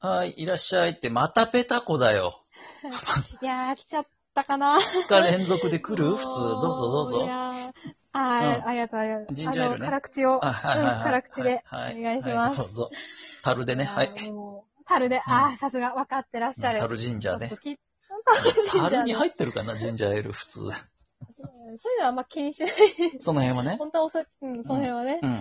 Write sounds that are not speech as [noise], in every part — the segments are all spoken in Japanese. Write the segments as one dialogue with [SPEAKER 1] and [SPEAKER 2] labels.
[SPEAKER 1] はい、いらっしゃいって、またペタコだよ。
[SPEAKER 2] いやー、来ちゃったかな。
[SPEAKER 1] 2日連続で来
[SPEAKER 2] [laughs]
[SPEAKER 1] る普通、どうぞどうぞ。
[SPEAKER 2] いやーあー、
[SPEAKER 1] うん
[SPEAKER 2] ありがとう、ありがとう。
[SPEAKER 1] ジンジャーエー
[SPEAKER 2] あの、
[SPEAKER 1] ルね
[SPEAKER 2] 辛口を。
[SPEAKER 1] あはいはいは
[SPEAKER 2] う
[SPEAKER 1] い
[SPEAKER 2] ん辛口で
[SPEAKER 1] は
[SPEAKER 2] お願いします
[SPEAKER 1] はどうぞ。樽でね、はい。
[SPEAKER 2] あー。もう樽で、あー、さすが、分かってらっしゃる。
[SPEAKER 1] 樽ジンジャー
[SPEAKER 2] ちょ
[SPEAKER 1] ね
[SPEAKER 2] っ。とき樽ジンジャーね
[SPEAKER 1] 樽に入ってるかな、ジンジャーエール、普通。
[SPEAKER 2] うんそういうのはあんま気にしない。
[SPEAKER 1] その辺はね。
[SPEAKER 2] [laughs] 本当はおさ、うん、その辺はね
[SPEAKER 1] う、ん。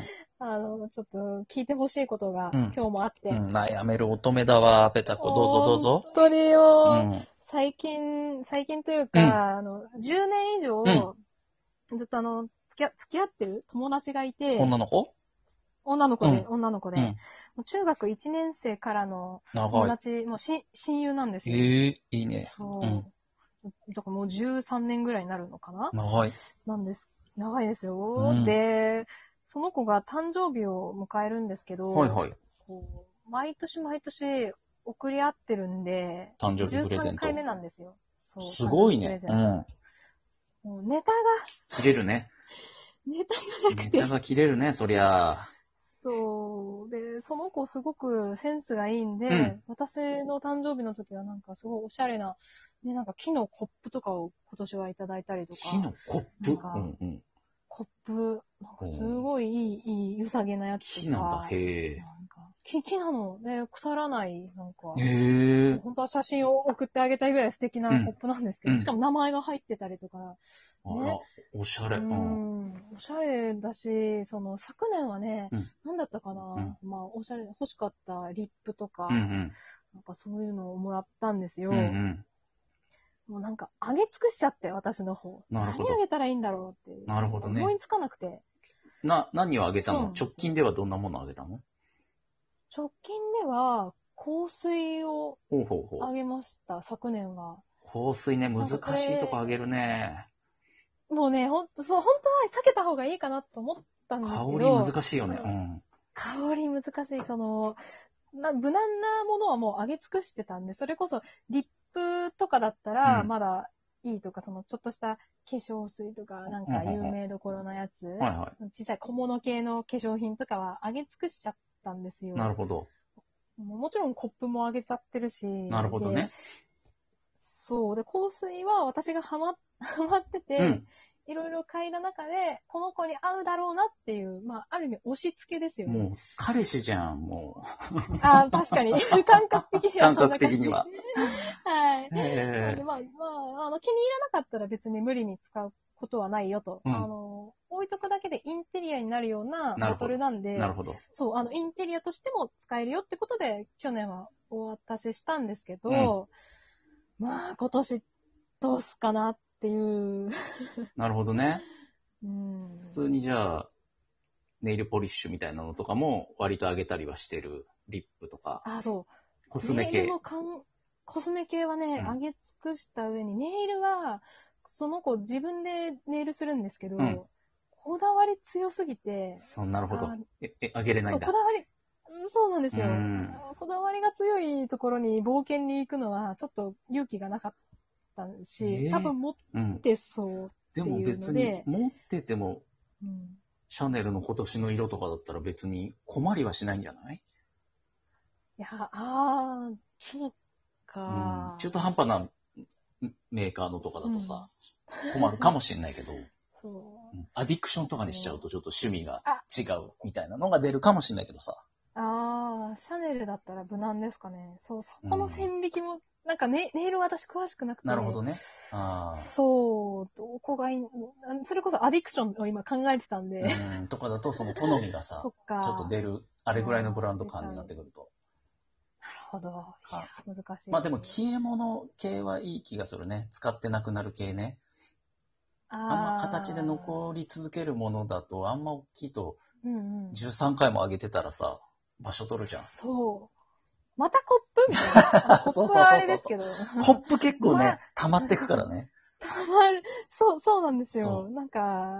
[SPEAKER 2] あの、ちょっと、聞いてほしいことが、
[SPEAKER 1] うん
[SPEAKER 2] 今日もあって。
[SPEAKER 1] うん、悩める乙女だわ、ペタコ。どうぞどうぞ。
[SPEAKER 2] 本当に
[SPEAKER 1] う
[SPEAKER 2] よー、
[SPEAKER 1] ん。
[SPEAKER 2] 最近、最近というか、
[SPEAKER 1] うん
[SPEAKER 2] あの、10年以上、ずっとあの、付き合付き合ってる友達がいて、
[SPEAKER 1] 女の子
[SPEAKER 2] 女の子で、
[SPEAKER 1] う
[SPEAKER 2] 女の子で、
[SPEAKER 1] う
[SPEAKER 2] も
[SPEAKER 1] ん。
[SPEAKER 2] う中学1年生からの
[SPEAKER 1] 長
[SPEAKER 2] 友
[SPEAKER 1] い。
[SPEAKER 2] 達、もうし親友なんですよ。
[SPEAKER 1] ええいいね。
[SPEAKER 2] そうだからもう13年ぐらいになるのかな
[SPEAKER 1] 長い。
[SPEAKER 2] なんです。長いですよ、
[SPEAKER 1] うん
[SPEAKER 2] で、その子が誕生日を迎えるんですけど、
[SPEAKER 1] はいはい。
[SPEAKER 2] こう毎年毎年送り合ってるんで、
[SPEAKER 1] 誕生日プレゼ
[SPEAKER 2] 13
[SPEAKER 1] ン
[SPEAKER 2] 回目
[SPEAKER 1] ト。
[SPEAKER 2] なんですよ。そう
[SPEAKER 1] すごいねう
[SPEAKER 2] 誕生。日プレゼン
[SPEAKER 1] ん。
[SPEAKER 2] トもうネタが、
[SPEAKER 1] 切れる
[SPEAKER 2] [laughs]
[SPEAKER 1] ね。
[SPEAKER 2] ネタがなく
[SPEAKER 1] ネ
[SPEAKER 2] て
[SPEAKER 1] タ。が切れるね、そりゃあ。
[SPEAKER 2] そう。で、その子すごくセンスがいいんで、
[SPEAKER 1] うん
[SPEAKER 2] 私の誕生日の時はなんかすごいおしゃれな、ね、なんか木のコップとかを今年はいただいたりとか、
[SPEAKER 1] 木のコップ。
[SPEAKER 2] な
[SPEAKER 1] うん
[SPEAKER 2] か
[SPEAKER 1] んうん。
[SPEAKER 2] コップ、なんかすごいいい、いい、良さげなやつ
[SPEAKER 1] 木
[SPEAKER 2] と
[SPEAKER 1] なん
[SPEAKER 2] か
[SPEAKER 1] だ。、へえ。
[SPEAKER 2] なんか木木なの。で、腐らない、なんか、
[SPEAKER 1] へえ。
[SPEAKER 2] 本当は写真を送ってあげたいぐらい素敵な
[SPEAKER 1] うん
[SPEAKER 2] コップなんですけ
[SPEAKER 1] う
[SPEAKER 2] ど、
[SPEAKER 1] ん
[SPEAKER 2] しかも名前が入ってたりとか、
[SPEAKER 1] あら、おしゃれ。
[SPEAKER 2] う
[SPEAKER 1] うん。
[SPEAKER 2] ん、おしゃれだし、その、昨年はね、
[SPEAKER 1] うん
[SPEAKER 2] なんだったかな、まあ、おしゃれ、欲しかったリップとか、
[SPEAKER 1] うん
[SPEAKER 2] なんかそういうのをもらったんですよ。
[SPEAKER 1] うん。うんうん。
[SPEAKER 2] もうなんか、あげ尽くしちゃって、私の方。
[SPEAKER 1] なるほど
[SPEAKER 2] 何あげたらいいんだろうっていう。
[SPEAKER 1] なるほどね
[SPEAKER 2] 思いつかなくて。
[SPEAKER 1] な、何をあげた
[SPEAKER 2] そう
[SPEAKER 1] の
[SPEAKER 2] なんですよ
[SPEAKER 1] 直近ではどんなものをあげたの
[SPEAKER 2] 直近では、香水を
[SPEAKER 1] ほうほうほ
[SPEAKER 2] あげました、昨年は。
[SPEAKER 1] う。香水ね、難しいとこあげるね。
[SPEAKER 2] もうね、ほんと、そう、本当は避けた方がいいかなと思ったんですけ
[SPEAKER 1] 香
[SPEAKER 2] ど。
[SPEAKER 1] り難しいよね。うん。
[SPEAKER 2] 香り難しい。その、な無難なものはもう上げ尽くしてたんで、それこそリップとかだったら、
[SPEAKER 1] うん
[SPEAKER 2] まだいいとか、そのちょっとした化粧水とか、なんか有名どころのやつ、
[SPEAKER 1] はいは
[SPEAKER 2] 小さい小物系の化粧品とかは上げ尽くしちゃったんですよ。
[SPEAKER 1] い。なるほど。
[SPEAKER 2] もうもちろんコップも上げちゃってるし。
[SPEAKER 1] なるほど
[SPEAKER 2] で
[SPEAKER 1] ね。。
[SPEAKER 2] そう。で、香水は私がハマハマって [laughs] て、
[SPEAKER 1] うん。
[SPEAKER 2] いろいろ嗅いだ中で、この子に合うだろうなっていう、まあ、ある意味押し付けですよね。
[SPEAKER 1] もう、彼氏じゃん、も
[SPEAKER 2] ああ、確
[SPEAKER 1] [laughs]
[SPEAKER 2] かに。感覚的
[SPEAKER 1] う。
[SPEAKER 2] には
[SPEAKER 1] 感
[SPEAKER 2] そんな
[SPEAKER 1] 覚
[SPEAKER 2] 感
[SPEAKER 1] 的
[SPEAKER 2] じ。
[SPEAKER 1] には。。
[SPEAKER 2] はい。な
[SPEAKER 1] へ
[SPEAKER 2] んで
[SPEAKER 1] え。
[SPEAKER 2] まあ、まあ、あの、気に入らなかったら別に無理に使うことはないよと。
[SPEAKER 1] うん
[SPEAKER 2] あの、置いとくだけでインテリアになるよう
[SPEAKER 1] なる
[SPEAKER 2] なボ
[SPEAKER 1] ほど
[SPEAKER 2] トルなんで
[SPEAKER 1] な、るほど。
[SPEAKER 2] そう、あの、インテリアとしても使えるよってことで、去年はお渡ししたんですけど、まあ、今年どうすかなっていう。
[SPEAKER 1] なるほどね。
[SPEAKER 2] うん。
[SPEAKER 1] 普通にじゃあ、ネイルポリッシュみたいなのとかも割と上げたりはしてる。リップとか、
[SPEAKER 2] あ、そう。
[SPEAKER 1] コスメ系。
[SPEAKER 2] ネイルもかんコスメ系はね、
[SPEAKER 1] うん
[SPEAKER 2] 上げ尽くした上に、ネイルは、その子自分でネイルするんですけど、
[SPEAKER 1] うん
[SPEAKER 2] こだわり強すぎて、
[SPEAKER 1] そう、なるほど
[SPEAKER 2] あ。
[SPEAKER 1] え、え、上げれない
[SPEAKER 2] そ
[SPEAKER 1] ん
[SPEAKER 2] う
[SPEAKER 1] だ
[SPEAKER 2] こ。だわり、そうなんですよ
[SPEAKER 1] うん。
[SPEAKER 2] こだわりが強いところに冒険に行くのは、ちょっと勇気がなかったし、
[SPEAKER 1] えー
[SPEAKER 2] 多分持っ
[SPEAKER 1] うん。
[SPEAKER 2] てそう。
[SPEAKER 1] で
[SPEAKER 2] っ
[SPEAKER 1] も
[SPEAKER 2] ていうの
[SPEAKER 1] 別
[SPEAKER 2] で
[SPEAKER 1] に、持ってても、
[SPEAKER 2] うん
[SPEAKER 1] シャネルの今年の色とかだったら別に困りはしないんじゃない
[SPEAKER 2] いや、あー、そうか
[SPEAKER 1] う。ん。中途半端なうんメーカーのとかだとさ、困るかもしれないけど、
[SPEAKER 2] そう
[SPEAKER 1] うんアディクションとかにしちゃうとちょっと趣味が違うみたいなのが出るかもしれないけどさ。
[SPEAKER 2] ああ、シャネルだったら無難ですかね。そう、そこ
[SPEAKER 1] う
[SPEAKER 2] の
[SPEAKER 1] ん
[SPEAKER 2] 線引きも、なんかネネイルは私詳しくなくて。
[SPEAKER 1] なるほど。ね。ああ。
[SPEAKER 2] そう、どこがいいあそれこそアディクションを今考えてたんで。
[SPEAKER 1] うんとかだと、その好みがさ、ち
[SPEAKER 2] [laughs] そ
[SPEAKER 1] ょ
[SPEAKER 2] っか。
[SPEAKER 1] っと出る、あれぐらいのブランド感になってくると。
[SPEAKER 2] なるほど。いや、難しい。
[SPEAKER 1] まあでも、消え物系はいい気がするね。使ってなくなる系ね。あんま
[SPEAKER 2] あー
[SPEAKER 1] 形で残り続けるものだと、あんま大きいと、
[SPEAKER 2] うんうん。
[SPEAKER 1] 13回も上げてたらさ、場所取るじゃん。
[SPEAKER 2] そう。またコップみたいな。あのコ
[SPEAKER 1] [laughs] そうそうそうそう
[SPEAKER 2] ップはあれですけど。
[SPEAKER 1] コップ結構
[SPEAKER 2] まあ
[SPEAKER 1] ね、溜まってくからね。
[SPEAKER 2] たまる。そう、そうなんです
[SPEAKER 1] そ
[SPEAKER 2] よ。なんか、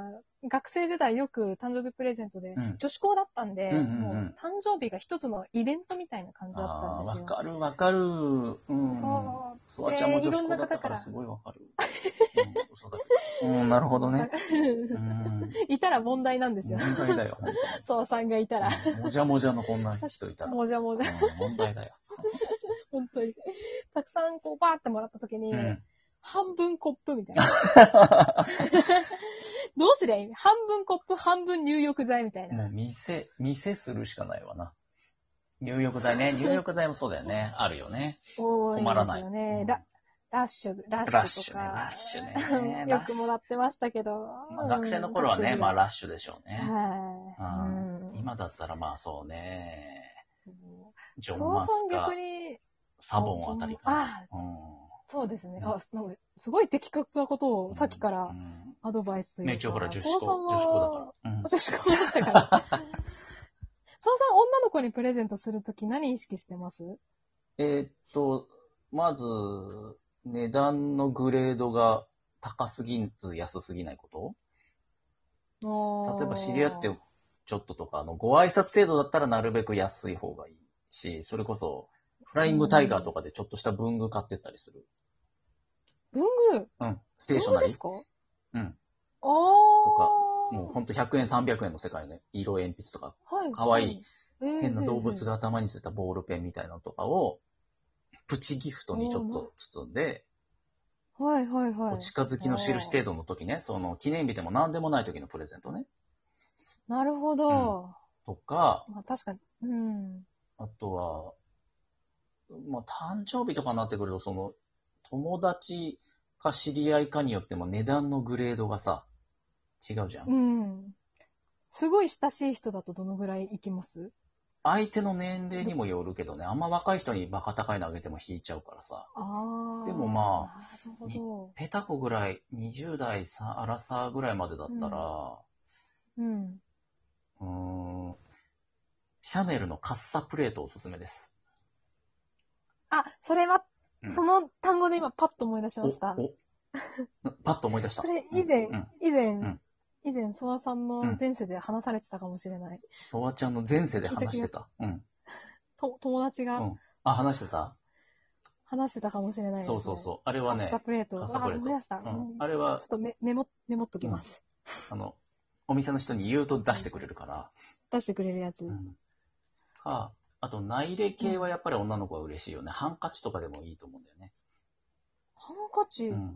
[SPEAKER 2] 学生時代よく誕生日プレゼントで、
[SPEAKER 1] うん
[SPEAKER 2] 女子校だったんで、
[SPEAKER 1] うんうんうん
[SPEAKER 2] もう誕生日が一つのイベントみたいな感じだった
[SPEAKER 1] ああー、
[SPEAKER 2] んです
[SPEAKER 1] わ
[SPEAKER 2] よ。
[SPEAKER 1] かるわかる。うん。
[SPEAKER 2] そう。
[SPEAKER 1] そわちゃんも女
[SPEAKER 2] でいろ
[SPEAKER 1] 子
[SPEAKER 2] んな
[SPEAKER 1] 校だ
[SPEAKER 2] 方
[SPEAKER 1] ったか
[SPEAKER 2] から
[SPEAKER 1] らすごいわかる。うん、嘘だけどうん、なるほど
[SPEAKER 2] [laughs]
[SPEAKER 1] ね。うん。
[SPEAKER 2] いたら問題なんですよ。
[SPEAKER 1] 問題だ
[SPEAKER 2] [laughs]
[SPEAKER 1] よ、本当に
[SPEAKER 2] そうさんがいたら。
[SPEAKER 1] うんもじゃもじゃのこんな人いたら。
[SPEAKER 2] もじゃもじゃ。 [laughs]
[SPEAKER 1] うん問題だよ。
[SPEAKER 2] 本当に。たくさんこうバーってもらった時に、
[SPEAKER 1] うん。
[SPEAKER 2] 半分コップみたい
[SPEAKER 1] [laughs]
[SPEAKER 2] な。どうすりゃいい半分コップ、半分入浴剤みたいな。
[SPEAKER 1] もう店、店するしかないわな。入浴剤ね。入浴剤もそうだよね。あるよね。
[SPEAKER 2] 多いです
[SPEAKER 1] 困らない。
[SPEAKER 2] よ
[SPEAKER 1] う
[SPEAKER 2] ね
[SPEAKER 1] ん。
[SPEAKER 2] ララッシュ、
[SPEAKER 1] ラ
[SPEAKER 2] ラ
[SPEAKER 1] ッ
[SPEAKER 2] ッシ
[SPEAKER 1] シュ
[SPEAKER 2] ュと
[SPEAKER 1] ね、
[SPEAKER 2] か。。
[SPEAKER 1] ラッシュね
[SPEAKER 2] [laughs] よくもら
[SPEAKER 1] っ
[SPEAKER 2] ってましたけど。
[SPEAKER 1] 学生の頃はね、まあ
[SPEAKER 2] ッ
[SPEAKER 1] ラッシュでしょう
[SPEAKER 2] シ
[SPEAKER 1] ね。
[SPEAKER 2] はい。うん
[SPEAKER 1] 今だったらまあそうね。ジョン・
[SPEAKER 2] そう
[SPEAKER 1] マ
[SPEAKER 2] さ
[SPEAKER 1] ス
[SPEAKER 2] ん
[SPEAKER 1] か
[SPEAKER 2] 逆、に、
[SPEAKER 1] サボンあたりかな。うん
[SPEAKER 2] そうですね。
[SPEAKER 1] うん
[SPEAKER 2] あ、すなんかすごい的確なことをさっきか
[SPEAKER 1] う
[SPEAKER 2] ら
[SPEAKER 1] ん
[SPEAKER 2] アドバイスというか。
[SPEAKER 1] ね一応ほら、女子
[SPEAKER 2] そうさ
[SPEAKER 1] 校、
[SPEAKER 2] ん
[SPEAKER 1] 女子
[SPEAKER 2] は
[SPEAKER 1] 校だから。うん
[SPEAKER 2] 女子校だったから。
[SPEAKER 1] [laughs]
[SPEAKER 2] そうさん、女の子にプレゼントするとき何意識してます
[SPEAKER 1] えーっと、まず、値段のグレードが高すぎず安すぎないこと
[SPEAKER 2] 例
[SPEAKER 1] 例えば知り合ってちょっととか、あの、ご挨拶程度だったらなるべく安い方がいいし、それこそ、フライングタイガーとかでちょっとした文具買ってったりする。
[SPEAKER 2] 文具
[SPEAKER 1] うん。ステー
[SPEAKER 2] 文
[SPEAKER 1] ショナ
[SPEAKER 2] 具で
[SPEAKER 1] リー
[SPEAKER 2] す。か
[SPEAKER 1] うん。
[SPEAKER 2] ああ。
[SPEAKER 1] もうほんと100円、300円の世界ね。色鉛筆とか、
[SPEAKER 2] はい。
[SPEAKER 1] かわいい
[SPEAKER 2] えー。
[SPEAKER 1] 変な動物
[SPEAKER 2] が。
[SPEAKER 1] が頭についたボールペンみたいなのとかを、プチギフトにちょっと包んで、
[SPEAKER 2] はいはいはい。
[SPEAKER 1] お近づきの印程度の時ね、その記念日でも何でもない時のプレゼントね。
[SPEAKER 2] なるほど。
[SPEAKER 1] とか、
[SPEAKER 2] まあ確かに。うん。
[SPEAKER 1] あとは、まあ、誕生日とかになってくると、その、友達か知り合いかによっても値段のグレードがさ、違うじゃん。
[SPEAKER 2] うん。すごい親しい人だとどのぐらいいきます
[SPEAKER 1] 相手の年齢にもよるけどね、あんま若い人にバカ高いのあげても引いちゃうからさ、
[SPEAKER 2] ああ。
[SPEAKER 1] でもま
[SPEAKER 2] あ。なるほど。
[SPEAKER 1] ペタコぐらい、20代さ、アラサーぐらいまでだったら、
[SPEAKER 2] うん。
[SPEAKER 1] うーん、シャネルのカッサプレートおすすめです。
[SPEAKER 2] あ、それは
[SPEAKER 1] う、ん
[SPEAKER 2] その単語で今パッと思い出しました。
[SPEAKER 1] おおなパッと思い出した。
[SPEAKER 2] それ以前
[SPEAKER 1] うんうん
[SPEAKER 2] 以前
[SPEAKER 1] ん、
[SPEAKER 2] 以前、ソワさんの前世で話されてたかもしれない。
[SPEAKER 1] ソワちゃんの前世で話してた。うん。
[SPEAKER 2] と友達
[SPEAKER 1] う
[SPEAKER 2] が
[SPEAKER 1] ん。あ、話してた
[SPEAKER 2] 話してたかもしれないですね。
[SPEAKER 1] そうそうそう。あれは
[SPEAKER 2] カッ
[SPEAKER 1] ね
[SPEAKER 2] サ、プレート。
[SPEAKER 1] カ
[SPEAKER 2] あ、
[SPEAKER 1] ッサプレート
[SPEAKER 2] 思い出した。
[SPEAKER 1] うん
[SPEAKER 2] うん
[SPEAKER 1] あれは
[SPEAKER 2] ちょっとメメモ、メモっときます。
[SPEAKER 1] あの、お店の人に言うと出してくれるから。
[SPEAKER 2] 出してくれるやつ。
[SPEAKER 1] うんか、あと内礼系はやっぱり女の子は嬉しいよね。ハンカチとかでもいいと思うんだよね。
[SPEAKER 2] ハンカチ。
[SPEAKER 1] う
[SPEAKER 2] うんん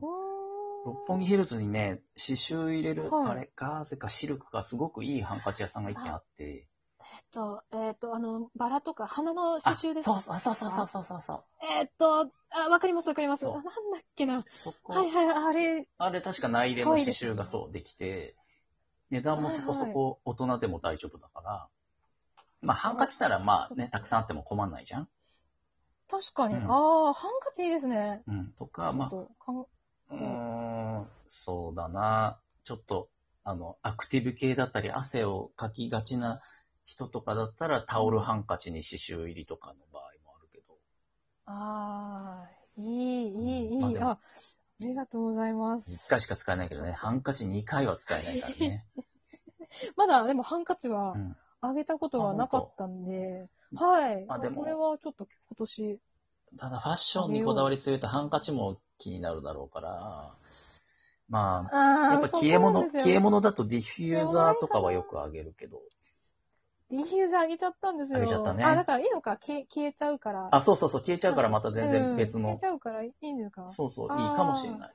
[SPEAKER 1] 六本木ヒルズにね、刺繍入れる、
[SPEAKER 2] はい
[SPEAKER 1] あれ、ガーゼかシルクかすごくいいハンカチ屋さんが一軒あって。
[SPEAKER 2] えっと、えっと、あの、バラとか花の刺繍です
[SPEAKER 1] あ
[SPEAKER 2] か
[SPEAKER 1] そうそうそうそうそうそうそう。
[SPEAKER 2] えっと、あ、わかりますわかります。
[SPEAKER 1] そ
[SPEAKER 2] あ
[SPEAKER 1] う
[SPEAKER 2] なんだっけな。
[SPEAKER 1] そこ、
[SPEAKER 2] はいはい、あれ、
[SPEAKER 1] あれ確か内礼の刺繍がそうできて、値段もそこそこ大人でも大丈夫だから、まあハンカチならまあね、たくさんあっても困んないじゃん
[SPEAKER 2] 確かに。
[SPEAKER 1] う
[SPEAKER 2] あ
[SPEAKER 1] ん
[SPEAKER 2] あ、ハンカチいいですね。
[SPEAKER 1] うん。とか、まあ
[SPEAKER 2] ち、ょっとかん
[SPEAKER 1] うーんそうだな。ちょっと、あの、アクティブ系だったり、汗をかきがちな人とかだったら、タオルハンカチに刺繍入りとかの場合もあるけど。
[SPEAKER 2] ああ、いい、
[SPEAKER 1] う
[SPEAKER 2] い
[SPEAKER 1] ん
[SPEAKER 2] い、
[SPEAKER 1] まあ
[SPEAKER 2] いい。
[SPEAKER 1] でも
[SPEAKER 2] あ、ありがとうございます。
[SPEAKER 1] 1回しか使えないけどね、ハンカチ2回は使えないからね。
[SPEAKER 2] まだ、でもハンカチは
[SPEAKER 1] うん。
[SPEAKER 2] あげたことはなかったんで、はい。
[SPEAKER 1] あでも
[SPEAKER 2] これはちょっと今年、
[SPEAKER 1] ただ、ファッションにこだわり強いとハンカチも気になるだろうから、まあ、
[SPEAKER 2] あ
[SPEAKER 1] やっぱ消え物、消え
[SPEAKER 2] 物。
[SPEAKER 1] 物だとディフューザーとかはよくあげるけど。
[SPEAKER 2] ディフューザーあげちゃったんですよ。
[SPEAKER 1] あげちゃったね
[SPEAKER 2] あ、だからいいのか、消え消えちゃうから。
[SPEAKER 1] あ、そうそうそう、消えちゃうからまた全然別
[SPEAKER 2] うん消
[SPEAKER 1] の
[SPEAKER 2] えち。ゃうからいいんですか
[SPEAKER 1] そうそう、いいかもしれない。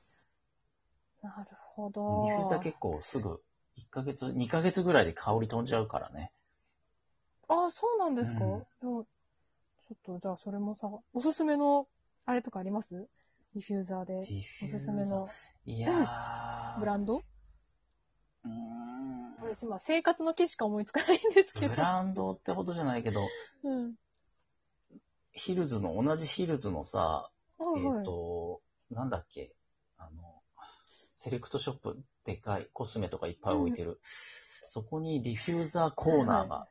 [SPEAKER 2] なるほど。
[SPEAKER 1] ニフザ結構すぐ、1ヶ月、2ヶ月ぐらいで香り飛んじゃうからね。
[SPEAKER 2] あ、そうなんですか、
[SPEAKER 1] うん
[SPEAKER 2] でもちょっと、じゃあそれもさ、おすすめの、あれとかありますディフューザーで。おすすめの
[SPEAKER 1] いやー。
[SPEAKER 2] ブランド
[SPEAKER 1] うーん
[SPEAKER 2] 私、まあ、生活の木しか思いつかないんですけ
[SPEAKER 1] ブ
[SPEAKER 2] ど。
[SPEAKER 1] ランドってほどじゃないけど、
[SPEAKER 2] うん。
[SPEAKER 1] ヒルズの、同じヒルズのさ、えっ、
[SPEAKER 2] はいはい。
[SPEAKER 1] と、なんだっけ、あの、セレクトショップ、でかい、コスメとかいっぱい置いてる。そこにディフューザーコーナー
[SPEAKER 2] はい
[SPEAKER 1] が、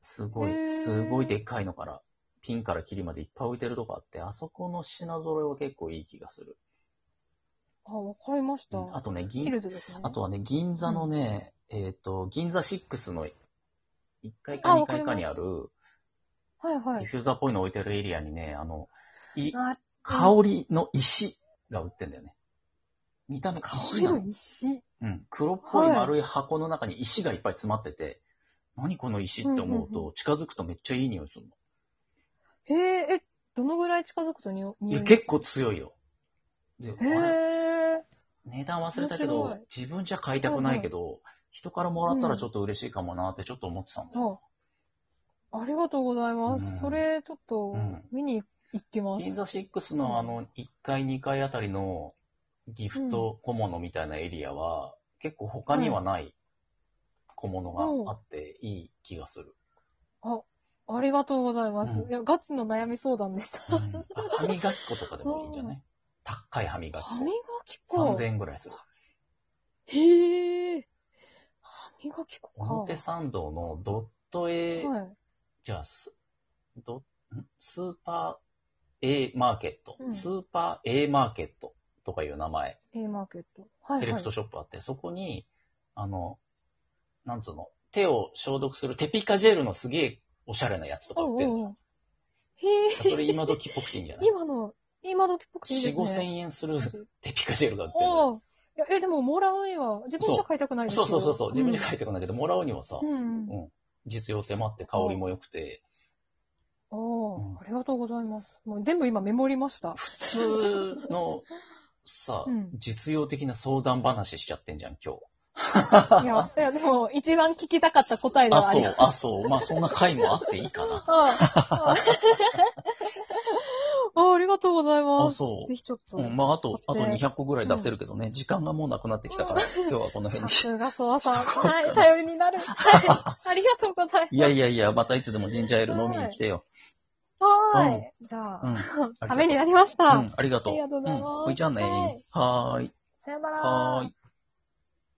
[SPEAKER 1] すご
[SPEAKER 2] へ
[SPEAKER 1] い、
[SPEAKER 2] ー
[SPEAKER 1] すごいでっかいのから、ピンからキリまでいっぱい置いてるとこあって、あそこの品揃えは結構いい気がする。
[SPEAKER 2] あ、わかりました。
[SPEAKER 1] うんあとね、銀
[SPEAKER 2] ヒルズですね。
[SPEAKER 1] あとはね、銀座のね、えっ、と、銀座6の1階か
[SPEAKER 2] あ
[SPEAKER 1] 2
[SPEAKER 2] わか
[SPEAKER 1] 階
[SPEAKER 2] りま
[SPEAKER 1] か
[SPEAKER 2] す
[SPEAKER 1] にある、
[SPEAKER 2] はい
[SPEAKER 1] デ
[SPEAKER 2] は
[SPEAKER 1] ィ
[SPEAKER 2] い。
[SPEAKER 1] フューザーっぽいの置いてるエリアにね、あの、い
[SPEAKER 2] あ、
[SPEAKER 1] 香りの石が売ってんだよね。見た目石な
[SPEAKER 2] の
[SPEAKER 1] の。
[SPEAKER 2] 石。
[SPEAKER 1] うん。黒っぽい
[SPEAKER 2] はい
[SPEAKER 1] 丸い箱の中に石がいっぱい詰まってて、何この石って思う
[SPEAKER 2] うんうん
[SPEAKER 1] と、近づくとめっちゃいい匂いするの。
[SPEAKER 2] へえ、え、どのぐらい近づくとにお
[SPEAKER 1] い
[SPEAKER 2] 匂
[SPEAKER 1] や
[SPEAKER 2] い
[SPEAKER 1] 結構強いよ。で、
[SPEAKER 2] へ
[SPEAKER 1] あれ
[SPEAKER 2] え。
[SPEAKER 1] 値段忘れたけ
[SPEAKER 2] 面
[SPEAKER 1] ど
[SPEAKER 2] 白い、
[SPEAKER 1] 自分じゃ買いたくないけど、人からもらったらちょっと嬉しいかもなってちょっと思ってたんだよ。
[SPEAKER 2] あ、ありがとうございます。
[SPEAKER 1] うん
[SPEAKER 2] それ、ちょっと
[SPEAKER 1] うん、
[SPEAKER 2] 見に行きます。
[SPEAKER 1] インザシックスのあの、1階、2階あたりのギフト小物みたいなエリアは、結構他にはない小物があっていい気がする。
[SPEAKER 2] ありがとうございます。
[SPEAKER 1] うん
[SPEAKER 2] いや、ガチの悩み相談でした。
[SPEAKER 1] うんあ歯磨き粉とかでもいいんじゃない高い歯磨き
[SPEAKER 2] 歯磨き
[SPEAKER 1] 粉。
[SPEAKER 2] 粉。
[SPEAKER 1] 3000円ぐらいする。
[SPEAKER 2] へえ。歯磨き粉か。
[SPEAKER 1] 表参道のドット A、
[SPEAKER 2] はい。
[SPEAKER 1] じゃあ、ス、ど、んスーパー A マーケット、
[SPEAKER 2] うん
[SPEAKER 1] スーパー A マーケットとかいう名前、
[SPEAKER 2] A マーケット。はい、
[SPEAKER 1] セレ
[SPEAKER 2] は
[SPEAKER 1] ク
[SPEAKER 2] い
[SPEAKER 1] ト。ショップあって、そこに、あの、なんつうの、手を消毒するテピカジェルのすげえおしゃれなやつとか売っ
[SPEAKER 2] おう
[SPEAKER 1] てる
[SPEAKER 2] おうお
[SPEAKER 1] の。
[SPEAKER 2] うへえ。
[SPEAKER 1] それ今時っぽくていいんじゃない
[SPEAKER 2] 今の、今時っぽくていいで
[SPEAKER 1] 4、
[SPEAKER 2] すね。
[SPEAKER 1] 5千円するテピカジェルが売ってる。
[SPEAKER 2] おういやえ、でも、もらうには、自分じゃ買いたくないです
[SPEAKER 1] そうそうそうそう、自分で
[SPEAKER 2] い
[SPEAKER 1] 書いてくんだけど、もらうにはさ、
[SPEAKER 2] うん。うん。
[SPEAKER 1] 実用性もあって香りも良くて、
[SPEAKER 2] お
[SPEAKER 1] うん
[SPEAKER 2] ーありがとうございます。もう全部今メモり
[SPEAKER 1] [laughs]
[SPEAKER 2] ました。
[SPEAKER 1] 普通のさ
[SPEAKER 2] うん、
[SPEAKER 1] 実用的な相談話しちゃってんじゃん、今日。
[SPEAKER 2] いや、いやでも、一番聞きたかった答えで
[SPEAKER 1] あ、
[SPEAKER 2] は
[SPEAKER 1] そ
[SPEAKER 2] ありま
[SPEAKER 1] う、あ、そう。まあ、そんな回もあっていい
[SPEAKER 2] [laughs]
[SPEAKER 1] かな。
[SPEAKER 2] ああありがとうございます。
[SPEAKER 1] あそう
[SPEAKER 2] ぜひちょっと。
[SPEAKER 1] うん、まあ、あと、あ
[SPEAKER 2] そ
[SPEAKER 1] と
[SPEAKER 2] して
[SPEAKER 1] 200個ぐらい出せるけどね、時間がもうなくなってきたから、今日はこの辺
[SPEAKER 2] さ
[SPEAKER 1] にして。
[SPEAKER 2] すがソワさん。
[SPEAKER 1] そこか
[SPEAKER 2] はい、頼りに
[SPEAKER 1] [laughs]
[SPEAKER 2] なる。はい。ありがとうございます。
[SPEAKER 1] いやいやいや、またいつでもジンジャーエール飲みに来てよ。
[SPEAKER 2] はーい。じゃ
[SPEAKER 1] うん。う
[SPEAKER 2] [laughs] あ、
[SPEAKER 1] ん、
[SPEAKER 2] ためになりました。
[SPEAKER 1] ありがとう。
[SPEAKER 2] ありがとうございます
[SPEAKER 1] んほいじゃあね。はーい。
[SPEAKER 2] さよなら。
[SPEAKER 1] はーい。